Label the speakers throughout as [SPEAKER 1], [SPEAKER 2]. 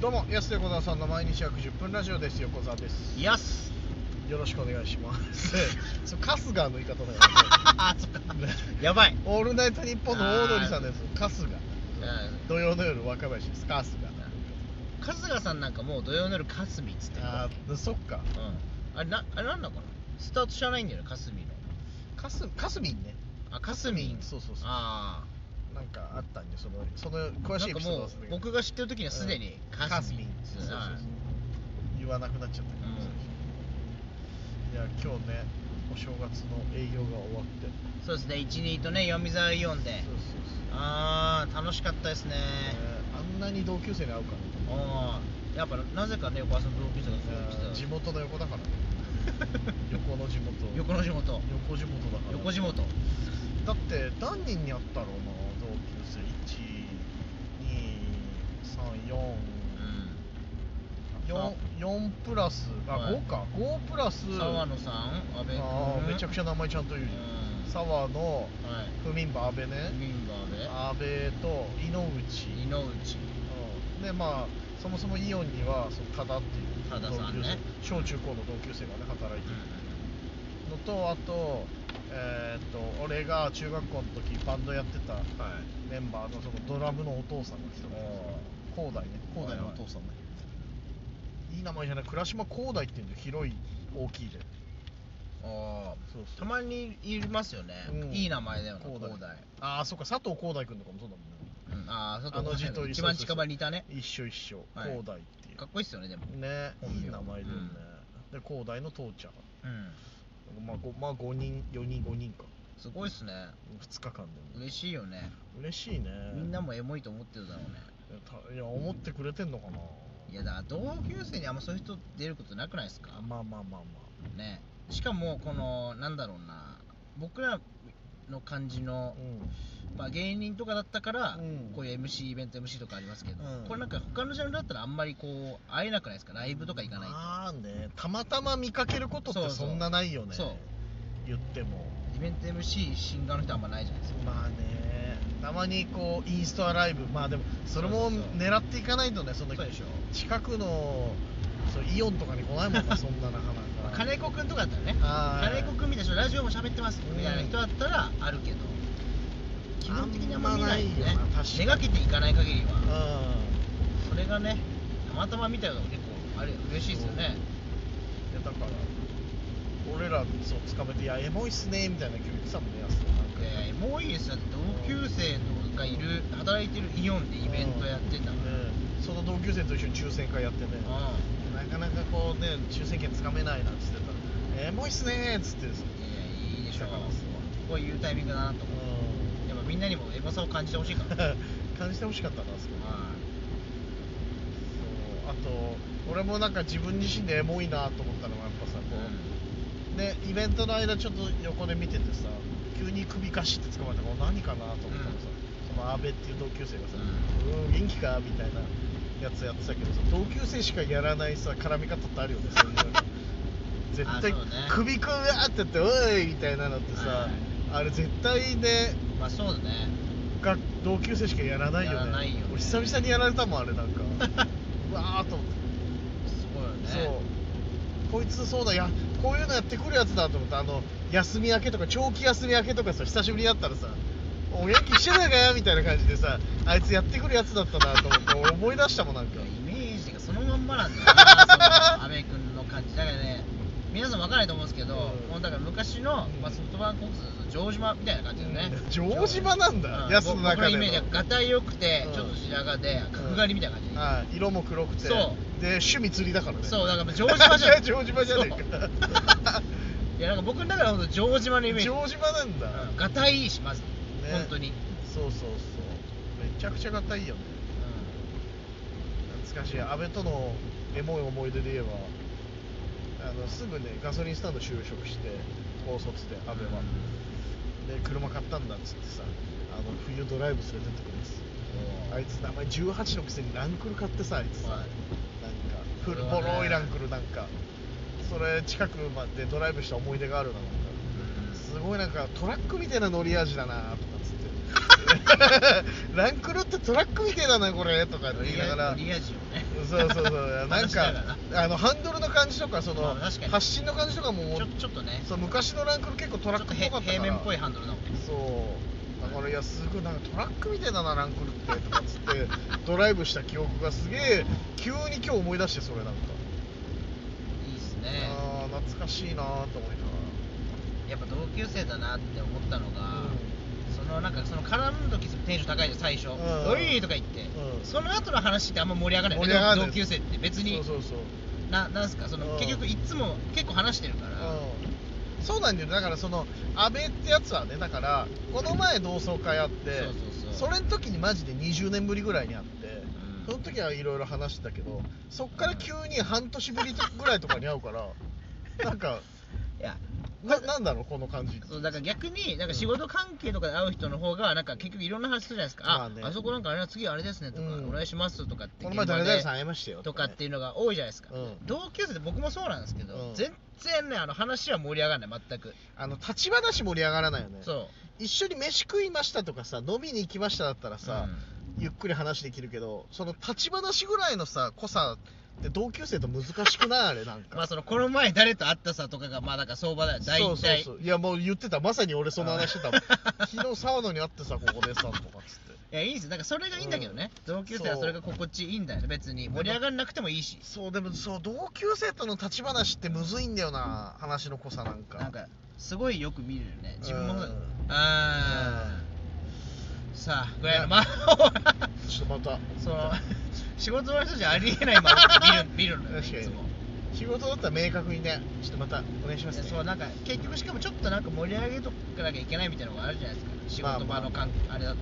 [SPEAKER 1] どうも、安手小沢さんの毎日約10分ラジオです。横澤です。
[SPEAKER 2] やっす
[SPEAKER 1] よろしくお願いします。 そう春日の言い方だよね。
[SPEAKER 2] あそっか やばい
[SPEAKER 1] オールナイトニッポンの大通りさんです。春日。
[SPEAKER 2] うん
[SPEAKER 1] 土曜の夜、若林です。春日。
[SPEAKER 2] 春日さんなんかもう土曜の夜かすみっつってる
[SPEAKER 1] あー、そっか。
[SPEAKER 2] うんあれなあれなんだかなスタート知らないんだよねかすみの
[SPEAKER 1] かす、かすみんね。
[SPEAKER 2] あかすみん
[SPEAKER 1] そうそうそう
[SPEAKER 2] あ
[SPEAKER 1] なんかあったんで、その、その
[SPEAKER 2] あ
[SPEAKER 1] 詳しいエ
[SPEAKER 2] なん
[SPEAKER 1] ピ
[SPEAKER 2] か
[SPEAKER 1] ソード
[SPEAKER 2] もう
[SPEAKER 1] 忘れたけど
[SPEAKER 2] 僕が知ってる時にはすでに
[SPEAKER 1] うん
[SPEAKER 2] か
[SPEAKER 1] か
[SPEAKER 2] す
[SPEAKER 1] す
[SPEAKER 2] み
[SPEAKER 1] み
[SPEAKER 2] ん
[SPEAKER 1] ん
[SPEAKER 2] っつ
[SPEAKER 1] そう
[SPEAKER 2] う
[SPEAKER 1] そうそう
[SPEAKER 2] はい
[SPEAKER 1] 言わなくなっちゃったから、
[SPEAKER 2] うん
[SPEAKER 1] 最初いや今日ねお正月の営業が終わって
[SPEAKER 2] そうですね12とね読沢イオンで
[SPEAKER 1] そうそうそう
[SPEAKER 2] ああ楽しかったですね
[SPEAKER 1] ねあんなに同級生に会うか
[SPEAKER 2] ああやっぱなぜかねお母さんと同級生がそ
[SPEAKER 1] な、
[SPEAKER 2] う来てた
[SPEAKER 1] 地元の横だから横の地元
[SPEAKER 2] 横の地元
[SPEAKER 1] 横地元だから
[SPEAKER 2] 横地元
[SPEAKER 1] だって何人に会ったろうな同級生1234
[SPEAKER 2] うん
[SPEAKER 1] 4 4プラスあ、
[SPEAKER 2] はい
[SPEAKER 1] 5か5プラス
[SPEAKER 2] 沢野さん阿部
[SPEAKER 1] あー
[SPEAKER 2] 君
[SPEAKER 1] めちゃくちゃ名前ちゃんと言うじ
[SPEAKER 2] うん
[SPEAKER 1] ゃん沢野
[SPEAKER 2] はい
[SPEAKER 1] 不眠馬阿部ね
[SPEAKER 2] メンバーで
[SPEAKER 1] 阿部と井ノ口
[SPEAKER 2] 井之内
[SPEAKER 1] うんでまあそもそもイオンにはその多田っていう
[SPEAKER 2] 多田さん
[SPEAKER 1] 同級
[SPEAKER 2] ね
[SPEAKER 1] 生小中高の同級生がね働いてるのとあとえーっと俺が中学校の時バンドやってた
[SPEAKER 2] はい
[SPEAKER 1] メンバーのそのドラムのお父さんが来たんですよ広大ね広大のお父さんねいい名前じゃない倉島広大っていうんで広い大きいで
[SPEAKER 2] ああ
[SPEAKER 1] そうそう
[SPEAKER 2] たまにいますよね
[SPEAKER 1] うん
[SPEAKER 2] いい名前だよね
[SPEAKER 1] 広大
[SPEAKER 2] 広大
[SPEAKER 1] ああそっか佐藤広大君とかもそうだもんね
[SPEAKER 2] うんああ
[SPEAKER 1] あの字と
[SPEAKER 2] 一番近場にいたね
[SPEAKER 1] 一緒一緒
[SPEAKER 2] はい
[SPEAKER 1] 広大っていう
[SPEAKER 2] かっこいいっすよねでも
[SPEAKER 1] ね
[SPEAKER 2] 本名
[SPEAKER 1] いい名前だよね、で広大の父ちゃん
[SPEAKER 2] うん
[SPEAKER 1] まあ、ごまあ、5人4人5人か
[SPEAKER 2] すごいっすね
[SPEAKER 1] 2日間でも
[SPEAKER 2] 嬉しいよね
[SPEAKER 1] 嬉しいね
[SPEAKER 2] みんなもエモいと思ってるだろうね
[SPEAKER 1] いやたいや思ってくれてんのかない
[SPEAKER 2] やだから同級生にあんまそういう人出ることなくないですか
[SPEAKER 1] あまあまあまあまあ
[SPEAKER 2] ねしかもこのなんだろうな僕らの感じの
[SPEAKER 1] う
[SPEAKER 2] まあ、芸人とかだったから、
[SPEAKER 1] うん
[SPEAKER 2] こういう MC イベント MC とかありますけど、
[SPEAKER 1] うん
[SPEAKER 2] これなんか他のジャンルだったらあんまりこう会えなくないですかライブとか行
[SPEAKER 1] ん
[SPEAKER 2] かないと、
[SPEAKER 1] まあねたまたま見かけることっ
[SPEAKER 2] そ
[SPEAKER 1] て
[SPEAKER 2] うそ
[SPEAKER 1] そううんなないよね
[SPEAKER 2] そう
[SPEAKER 1] 言っても
[SPEAKER 2] イベント MC シンガーの人あんまないじゃないですか
[SPEAKER 1] まあねたまにこうインストアライブまあでもそれも
[SPEAKER 2] そうそうそう
[SPEAKER 1] 狙っていかないとねそんな
[SPEAKER 2] そうでしょ
[SPEAKER 1] 近くのそうイオンとかに来ないもんなそんななか
[SPEAKER 2] まあ
[SPEAKER 1] なか
[SPEAKER 2] 金子くんとかだったらね
[SPEAKER 1] あー
[SPEAKER 2] 金子くんみたいな人ラジオも喋ってます
[SPEAKER 1] うん
[SPEAKER 2] みたいな人だったらあるけど、基本的にあんま見ないよ
[SPEAKER 1] あ
[SPEAKER 2] ね
[SPEAKER 1] んまないよな確かに
[SPEAKER 2] めがけていかない限り
[SPEAKER 1] う
[SPEAKER 2] は、
[SPEAKER 1] ん
[SPEAKER 2] それがねたまたま見たようなの結構あれ嬉しいですよね
[SPEAKER 1] いやだから俺らそうつかめて「いやエモいっすね」みたいな曲言ってたもんねやすとなんか、
[SPEAKER 2] えーもういいですよだって同級生とかいる働いてるイオンでイベントやってんだ
[SPEAKER 1] う
[SPEAKER 2] か
[SPEAKER 1] ん
[SPEAKER 2] ら、
[SPEAKER 1] うんその同級生と一緒に抽選会やってね、
[SPEAKER 2] うん
[SPEAKER 1] なかなかこうね抽選券つかめないなんつってたら「エモいっすね」っつって
[SPEAKER 2] いやいい でしょ
[SPEAKER 1] だからそう
[SPEAKER 2] こういうタイミングだなと思う、やっぱみんなにもエモさを感じてほしいからはい
[SPEAKER 1] うん 感じてほしかったなあそこそうあと俺もなんか自分自身でエモいなと思ったのはやっぱさこう、ねイベントの間ちょっと横で見ててさ急に首かしって捕まえたから何かなと思ったらさ、その阿部っていう同級生がさ「
[SPEAKER 2] う
[SPEAKER 1] うん元気か?」みたいなやつやってたけどさ同級生しかやらないさ絡み方ってあるよね そういうの絶対、
[SPEAKER 2] あそうね
[SPEAKER 1] 首くわってやって「おい!」みたいなのってさ、
[SPEAKER 2] はい
[SPEAKER 1] あれ絶対ね
[SPEAKER 2] まあそうだね
[SPEAKER 1] が同級生しかやらないよね
[SPEAKER 2] やらないよね
[SPEAKER 1] 俺久々にやられたもんあれなんか うわーっと思って
[SPEAKER 2] すごいよね
[SPEAKER 1] そうこいつそうだやこういうのやってくるやつだと思ってあの休み明けとか長期休み明けとかさ久しぶりに会ったらさ「お元気してないかよ」 みたいな感じでさあいつやってくるやつだったなと思って俺思い出したもんなんか
[SPEAKER 2] イメージがそのまんま なんだよなその阿部君の感じだからね皆さん分からないと思うんですけど、
[SPEAKER 1] うん
[SPEAKER 2] もうだから昔の、
[SPEAKER 1] うん
[SPEAKER 2] まあ、ソフトバンクホークスの城島みたいな感じだよね、
[SPEAKER 1] うん城島なんだやつの中での
[SPEAKER 2] 僕のイメージはがたいよくて、
[SPEAKER 1] うん
[SPEAKER 2] ちょっと白髪で角刈りみたいな感じ、
[SPEAKER 1] はい色も黒くて
[SPEAKER 2] そう
[SPEAKER 1] で趣味釣りだからね
[SPEAKER 2] そうだから城島じゃ ん
[SPEAKER 1] 城島じゃねえ か
[SPEAKER 2] いやなんか僕の中ではほんと城島のイメージ
[SPEAKER 1] 城島なんだ、
[SPEAKER 2] うんがたいいいしまず、
[SPEAKER 1] ね
[SPEAKER 2] 本当に、
[SPEAKER 1] そうそうそうめちゃくちゃがたいいよね懐かしい安倍とのエモい思い出で言えばあのすぐねガソリンスタンド就職して高卒で安倍は、で車買ったんだっつってさあの冬ドライブ連れてってくれてさあいつ名前18のくせにランクル買ってさあいつさ、
[SPEAKER 2] はい
[SPEAKER 1] なんかフルボロいランクルなんかそれ近くまで ドライブした思い出があるななんかすごいなんかトラックみたいな乗り味だなとかっつってランクルってトラックみてえだなこれとかって言いながら
[SPEAKER 2] リア充をね
[SPEAKER 1] そうそうそうなん
[SPEAKER 2] 話し
[SPEAKER 1] か
[SPEAKER 2] ながら
[SPEAKER 1] あのハンドルの感じとかその、
[SPEAKER 2] まあ確かに
[SPEAKER 1] 発進の感じとかも
[SPEAKER 2] ちょちょっとね
[SPEAKER 1] そう昔のランクル結構トラックっ
[SPEAKER 2] ちょっ
[SPEAKER 1] ぽか
[SPEAKER 2] と
[SPEAKER 1] ったから
[SPEAKER 2] 平平面っぽいハンドルなのね
[SPEAKER 1] そうだからいやすごいなんかトラックみたいだなランクルってとかっつって ドライブした記憶がすげえ急に今日思い出してそれなんか、
[SPEAKER 2] いいっすね
[SPEAKER 1] ああ懐かしいなーと思いなが
[SPEAKER 2] やっぱ同級生だなって思ったのが、
[SPEAKER 1] うそ
[SPEAKER 2] そのなんかその絡む時テンション高いじゃん最初「
[SPEAKER 1] うん
[SPEAKER 2] おい!」とか言って、
[SPEAKER 1] うん
[SPEAKER 2] その後の話ってあんま盛り上がらない
[SPEAKER 1] 盛り上がらない
[SPEAKER 2] 同級生って別に
[SPEAKER 1] うそうそう
[SPEAKER 2] ななんすかその、
[SPEAKER 1] うん
[SPEAKER 2] 結局いつも結構話してるから、
[SPEAKER 1] うんそうなんだよだからその安倍ってやつはねだからこの前同窓会あって
[SPEAKER 2] そうそうそう
[SPEAKER 1] れの時にマジで20年ぶりぐらいに会って、
[SPEAKER 2] ん
[SPEAKER 1] その時はいろいろ話してたけどそっから急に半年ぶりとぐらいとかに会うから なんか
[SPEAKER 2] いや
[SPEAKER 1] ななんだろうこの感じ
[SPEAKER 2] そうだから逆になんか仕事関係とかで会う人の方がなんか結局いろんな話するじゃないですか、
[SPEAKER 1] ま
[SPEAKER 2] あ
[SPEAKER 1] あね
[SPEAKER 2] あそこなんかあれは次あれですねとか、
[SPEAKER 1] うん
[SPEAKER 2] お願いしますとかって
[SPEAKER 1] この前
[SPEAKER 2] 現場で
[SPEAKER 1] 誰々さん会いましたよ
[SPEAKER 2] とかって
[SPEAKER 1] ね
[SPEAKER 2] いうのが多いじゃないですか、
[SPEAKER 1] うん
[SPEAKER 2] 同級生って僕もそうなんですけど、
[SPEAKER 1] うん
[SPEAKER 2] 全然ねあの話は盛り上がらない全く、
[SPEAKER 1] あの立ち話盛り上がらないよね
[SPEAKER 2] そう
[SPEAKER 1] 一緒に飯食いましたとかさ飲みに行きましただったらさ、ゆっくり話できるけどその立ち話ぐらいのさ濃さって同級生と難しくないあれなんか
[SPEAKER 2] まあそのこの前誰と会ったさとかがまあだから相場だよ大体
[SPEAKER 1] そうそうそういやもう言ってたまさに俺その話して たもん昨日沢野に会ってさここでさとかっつって
[SPEAKER 2] いやいいんですよだからそれがいいんだけどね、同級生はそれが心地いいんだよね別に盛り上がらなくてもいいし
[SPEAKER 1] そうでもそう同級生との立ち話ってむずいんだよな話の濃さなんか
[SPEAKER 2] なんかすごいよく見るよね自分も
[SPEAKER 1] うん
[SPEAKER 2] あーさあぐらいの
[SPEAKER 1] ね
[SPEAKER 2] まあ
[SPEAKER 1] ちょっとまた
[SPEAKER 2] その仕事の人じゃありえないまま 見る見るのよね
[SPEAKER 1] 確かに
[SPEAKER 2] いつも
[SPEAKER 1] 仕事だったら明確にねちょっとまたお願いしますね
[SPEAKER 2] そうなんか結局しかもちょっとなんか盛り上げとかなきゃいけないみたいなのがあるじゃないですか仕事場の関係あれだと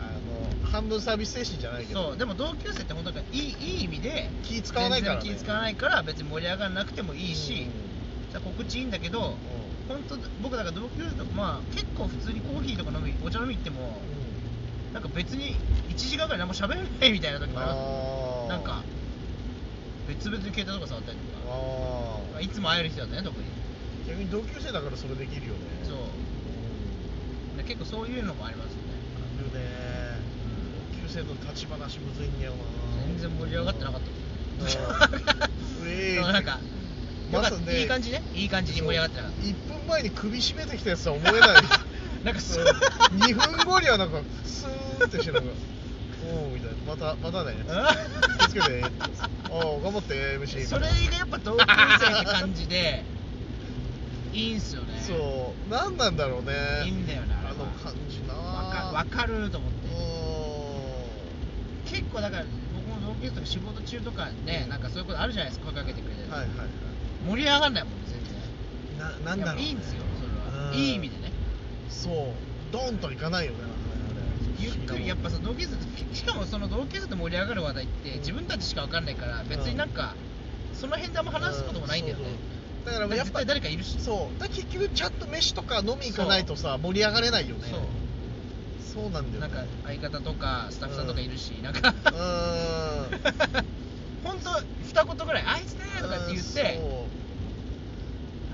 [SPEAKER 1] あの半分サービス精神じゃないけど
[SPEAKER 2] そうでも同級生って本当なんかいいいい意味で
[SPEAKER 1] 気使わないからね
[SPEAKER 2] 全然気使わないから別に盛り上がらなくてもいいし、
[SPEAKER 1] う
[SPEAKER 2] じゃあ告知いいんだけど、
[SPEAKER 1] んうん
[SPEAKER 2] 本当僕だから同級生とかまあ結構普通にコーヒーとか飲みお茶飲み行ってもなんか別に1時間ぐらい何も喋れないみたいな時もあ
[SPEAKER 1] あ
[SPEAKER 2] る
[SPEAKER 1] ー
[SPEAKER 2] なんか別々に携帯とか触ったりとか
[SPEAKER 1] あ
[SPEAKER 2] まあ
[SPEAKER 1] ー
[SPEAKER 2] いつも会える人だったね特に
[SPEAKER 1] 逆に同級生だからそれできるよね
[SPEAKER 2] そうで結構そういうのもありますよね
[SPEAKER 1] あるね同級生の立ち話むずいんだよな
[SPEAKER 2] 全然盛り上がってなかったも
[SPEAKER 1] あ
[SPEAKER 2] ん
[SPEAKER 1] ー うえー
[SPEAKER 2] でもなんか
[SPEAKER 1] ま
[SPEAKER 2] よかっ
[SPEAKER 1] さ
[SPEAKER 2] た
[SPEAKER 1] ね
[SPEAKER 2] いい感じねいい感じに盛り上がってなかった
[SPEAKER 1] 1分前に首絞めてきたやつとは思えない
[SPEAKER 2] なんかす
[SPEAKER 1] 2分後にはなんかスーってしてなんかおおみたいなまたまたね気をつけておお頑張って MC
[SPEAKER 2] それがやっぱ同級生って感じでいいんすよね
[SPEAKER 1] そう何なんだろうね
[SPEAKER 2] いいんだよなあ
[SPEAKER 1] あ
[SPEAKER 2] れは
[SPEAKER 1] の感じな
[SPEAKER 2] わかわかると思って
[SPEAKER 1] お
[SPEAKER 2] 結構だから僕も同級生とか仕事中とかねなんかそういうことあるじゃないですか声かけてくれて、
[SPEAKER 1] ーはいはいはい
[SPEAKER 2] 盛り上がんないもんね全然
[SPEAKER 1] ななんだろう、ね、
[SPEAKER 2] やっぱいいんですよそれは
[SPEAKER 1] うん
[SPEAKER 2] いい意味でね
[SPEAKER 1] そうドンといかないよね
[SPEAKER 2] ゆっくりやっぱ
[SPEAKER 1] そ
[SPEAKER 2] その同級生としかもその同級生と盛り上がる話題って自分たちしか分かんないから別になんかその辺であんま話すこともないんだよね
[SPEAKER 1] だからやっ
[SPEAKER 2] 絶
[SPEAKER 1] ぱ
[SPEAKER 2] 対誰かいるし
[SPEAKER 1] そうだから結局ちゃんと飯とか飲み行かないとさ盛り上がれないよね
[SPEAKER 2] そう
[SPEAKER 1] そうなんだよ
[SPEAKER 2] なんか相方とかスタッフさんとかいるし、なんか
[SPEAKER 1] うーん
[SPEAKER 2] 本当二言ぐらい「あいつね」とかって言って
[SPEAKER 1] う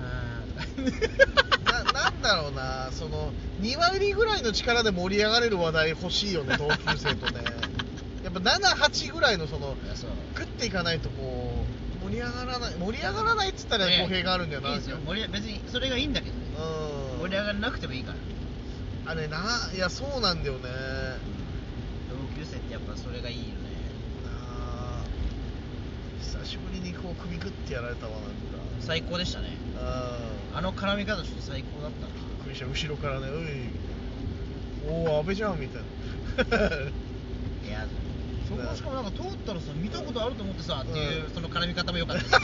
[SPEAKER 1] んそう
[SPEAKER 2] あ
[SPEAKER 1] な なんだろうなその2割ぐらいの力で盛り上がれる話題欲しいよね同級生とね やっぱ78ぐらいのその
[SPEAKER 2] ーそう
[SPEAKER 1] 食っていかないとこう盛り上がらない盛り上がらないっつったら
[SPEAKER 2] ね
[SPEAKER 1] 語弊があるんだよない
[SPEAKER 2] いですよ盛り別にそれがいいんだけどね
[SPEAKER 1] うん
[SPEAKER 2] 盛り上がらなくてもいいから
[SPEAKER 1] あれないやそうなんだよね
[SPEAKER 2] 同級生ってやっぱそれがいいよね
[SPEAKER 1] あー久しぶりにこう首食ってやられたわなんか
[SPEAKER 2] 最高でしたね
[SPEAKER 1] うん
[SPEAKER 2] あの絡み方ちょっと最高だったな
[SPEAKER 1] びっくりした後ろからね「うい」おお安倍じゃん」みたいな
[SPEAKER 2] いやそこしかもなんか通ったらさ見たことあると思ってさっていううんその絡み方も良かったです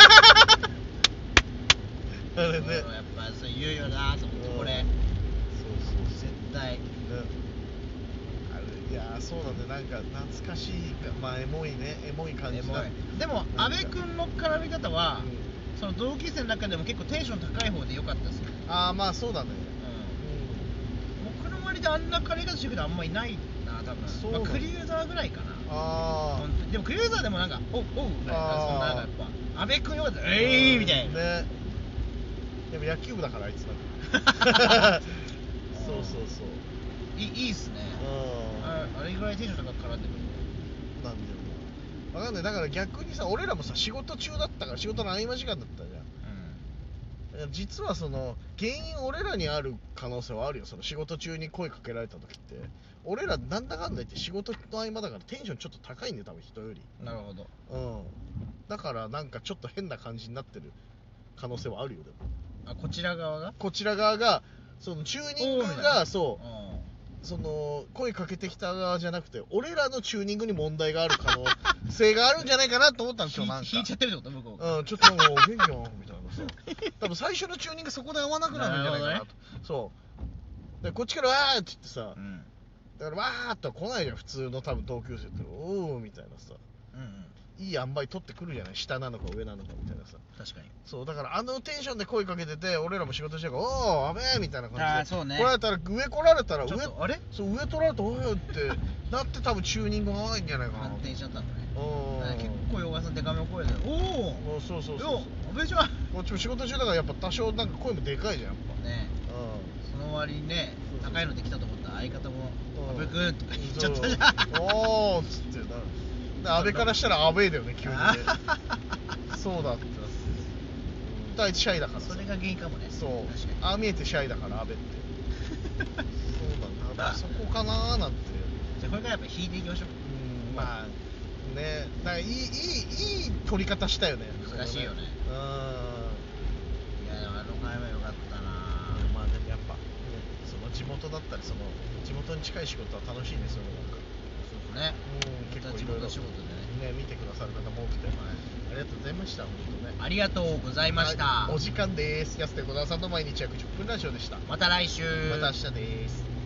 [SPEAKER 1] あれね
[SPEAKER 2] そうやっぱそう言うよなと思って
[SPEAKER 1] うん
[SPEAKER 2] こ
[SPEAKER 1] そ
[SPEAKER 2] れ
[SPEAKER 1] うそう
[SPEAKER 2] 絶対
[SPEAKER 1] ねあれいやーそうだねなんか懐かしいかまあエモいねエモい感じ
[SPEAKER 2] エ
[SPEAKER 1] だ
[SPEAKER 2] モいでも
[SPEAKER 1] な
[SPEAKER 2] 阿
[SPEAKER 1] ん
[SPEAKER 2] 部
[SPEAKER 1] か
[SPEAKER 2] 君の絡み方は
[SPEAKER 1] うん
[SPEAKER 2] その同級生の中でも結構テンション高い方で良かったですよ
[SPEAKER 1] ああまあそうだね
[SPEAKER 2] 僕の周りであんな彼がしてく人あんまいないな多分
[SPEAKER 1] そうだ
[SPEAKER 2] まあ、クリューザーぐらいかな
[SPEAKER 1] あ
[SPEAKER 2] 本当にでもクリューザーでもなんか「おうおう」みたいなそんななんかや
[SPEAKER 1] あー
[SPEAKER 2] っぱ阿部君よかった
[SPEAKER 1] あ
[SPEAKER 2] 「ええー」みたいな、
[SPEAKER 1] ね でも野球部だからあいつだからそうそうそう
[SPEAKER 2] いいいいっすね
[SPEAKER 1] うん
[SPEAKER 2] ああれぐらいテンション高く絡んでくる
[SPEAKER 1] なんだよなわかんないだから逆にさ俺らもさ仕事中だったから仕事の合間時間だったじゃんいや実はその原因俺らにある可能性はあるよその仕事中に声かけられた時って俺らなんだかんだ言って仕事の合間だからテンションちょっと高いんだよ多分人より
[SPEAKER 2] うんなるほど
[SPEAKER 1] うんだからなんかちょっと変な感じになってる可能性はあるよでも
[SPEAKER 2] あこちら側が
[SPEAKER 1] こちら側がそのチューニン
[SPEAKER 2] おーみ
[SPEAKER 1] グ
[SPEAKER 2] たい
[SPEAKER 1] が
[SPEAKER 2] な
[SPEAKER 1] そう
[SPEAKER 2] うん
[SPEAKER 1] その声かけてきた側じゃなくて俺らのチューニングに問題がある可能性があるんじゃないかなと思ったんですよなんか
[SPEAKER 2] 引いちゃってるってこと向こうが
[SPEAKER 1] うん、ちょっともう元気なのみたいなさ多分最初のチューニングそこで合わなくなるんじゃないかな
[SPEAKER 2] な
[SPEAKER 1] と
[SPEAKER 2] る
[SPEAKER 1] そうでこっちからわーって言ってさ
[SPEAKER 2] うん
[SPEAKER 1] だからわーっては来ないじゃん普通の多分同級生っておーみたいなさ
[SPEAKER 2] うんうん
[SPEAKER 1] いい塩梅取ってくるじゃない下なのか上なのかみたいなさ
[SPEAKER 2] 確かに
[SPEAKER 1] そうだからあのテンションで声かけてて俺らも仕事してるからおーあべーみたいな感
[SPEAKER 2] あー
[SPEAKER 1] じで
[SPEAKER 2] そうね
[SPEAKER 1] 来られたら上来られたら上
[SPEAKER 2] ちょっとあれ
[SPEAKER 1] そう上取られたらおーよって なって多分チューニングが合わないんじゃないかな
[SPEAKER 2] 安定しちゃったんだね
[SPEAKER 1] おー
[SPEAKER 2] あ結構洋画さんデカめの声でおお
[SPEAKER 1] おそうそうそうそう
[SPEAKER 2] よおべじゃん
[SPEAKER 1] こっちも仕事中だからやっぱ多少なんか声もでかいじゃんやっ
[SPEAKER 2] ね
[SPEAKER 1] ぱう
[SPEAKER 2] その割にね
[SPEAKER 1] そうそう
[SPEAKER 2] 高いのできたと思ったら相方も
[SPEAKER 1] ん
[SPEAKER 2] 「阿部君」とか言っちゃったじゃ
[SPEAKER 1] そうおーっつってなで安倍からしたらアウェイだよね急に ね
[SPEAKER 2] ん
[SPEAKER 1] そうだってなって第一シャイだからさ
[SPEAKER 2] それが原因かもね
[SPEAKER 1] そう
[SPEAKER 2] 確
[SPEAKER 1] ああ見えてシャイだから安倍って
[SPEAKER 2] かに
[SPEAKER 1] そうだなそこかなーなんて
[SPEAKER 2] じゃあこれからやっぱ引いていきましょう
[SPEAKER 1] うんまあねだからいいいいいい取り方したよね
[SPEAKER 2] 難しいよね
[SPEAKER 1] うん
[SPEAKER 2] いやあの回は良かったな
[SPEAKER 1] まあでもやっぱねその地元だったりその地元に近い仕事は楽しいねそういうのなんか
[SPEAKER 2] そうですね
[SPEAKER 1] うん結構いろいろ
[SPEAKER 2] また地元仕事でね
[SPEAKER 1] ね見てくださる方も多くて、
[SPEAKER 2] はい
[SPEAKER 1] ありがとうございました本当ね
[SPEAKER 2] ありがとうございました、
[SPEAKER 1] はいお時間です安手小沢さんの毎日約10分ラジオでしたま
[SPEAKER 2] また来週
[SPEAKER 1] た明日です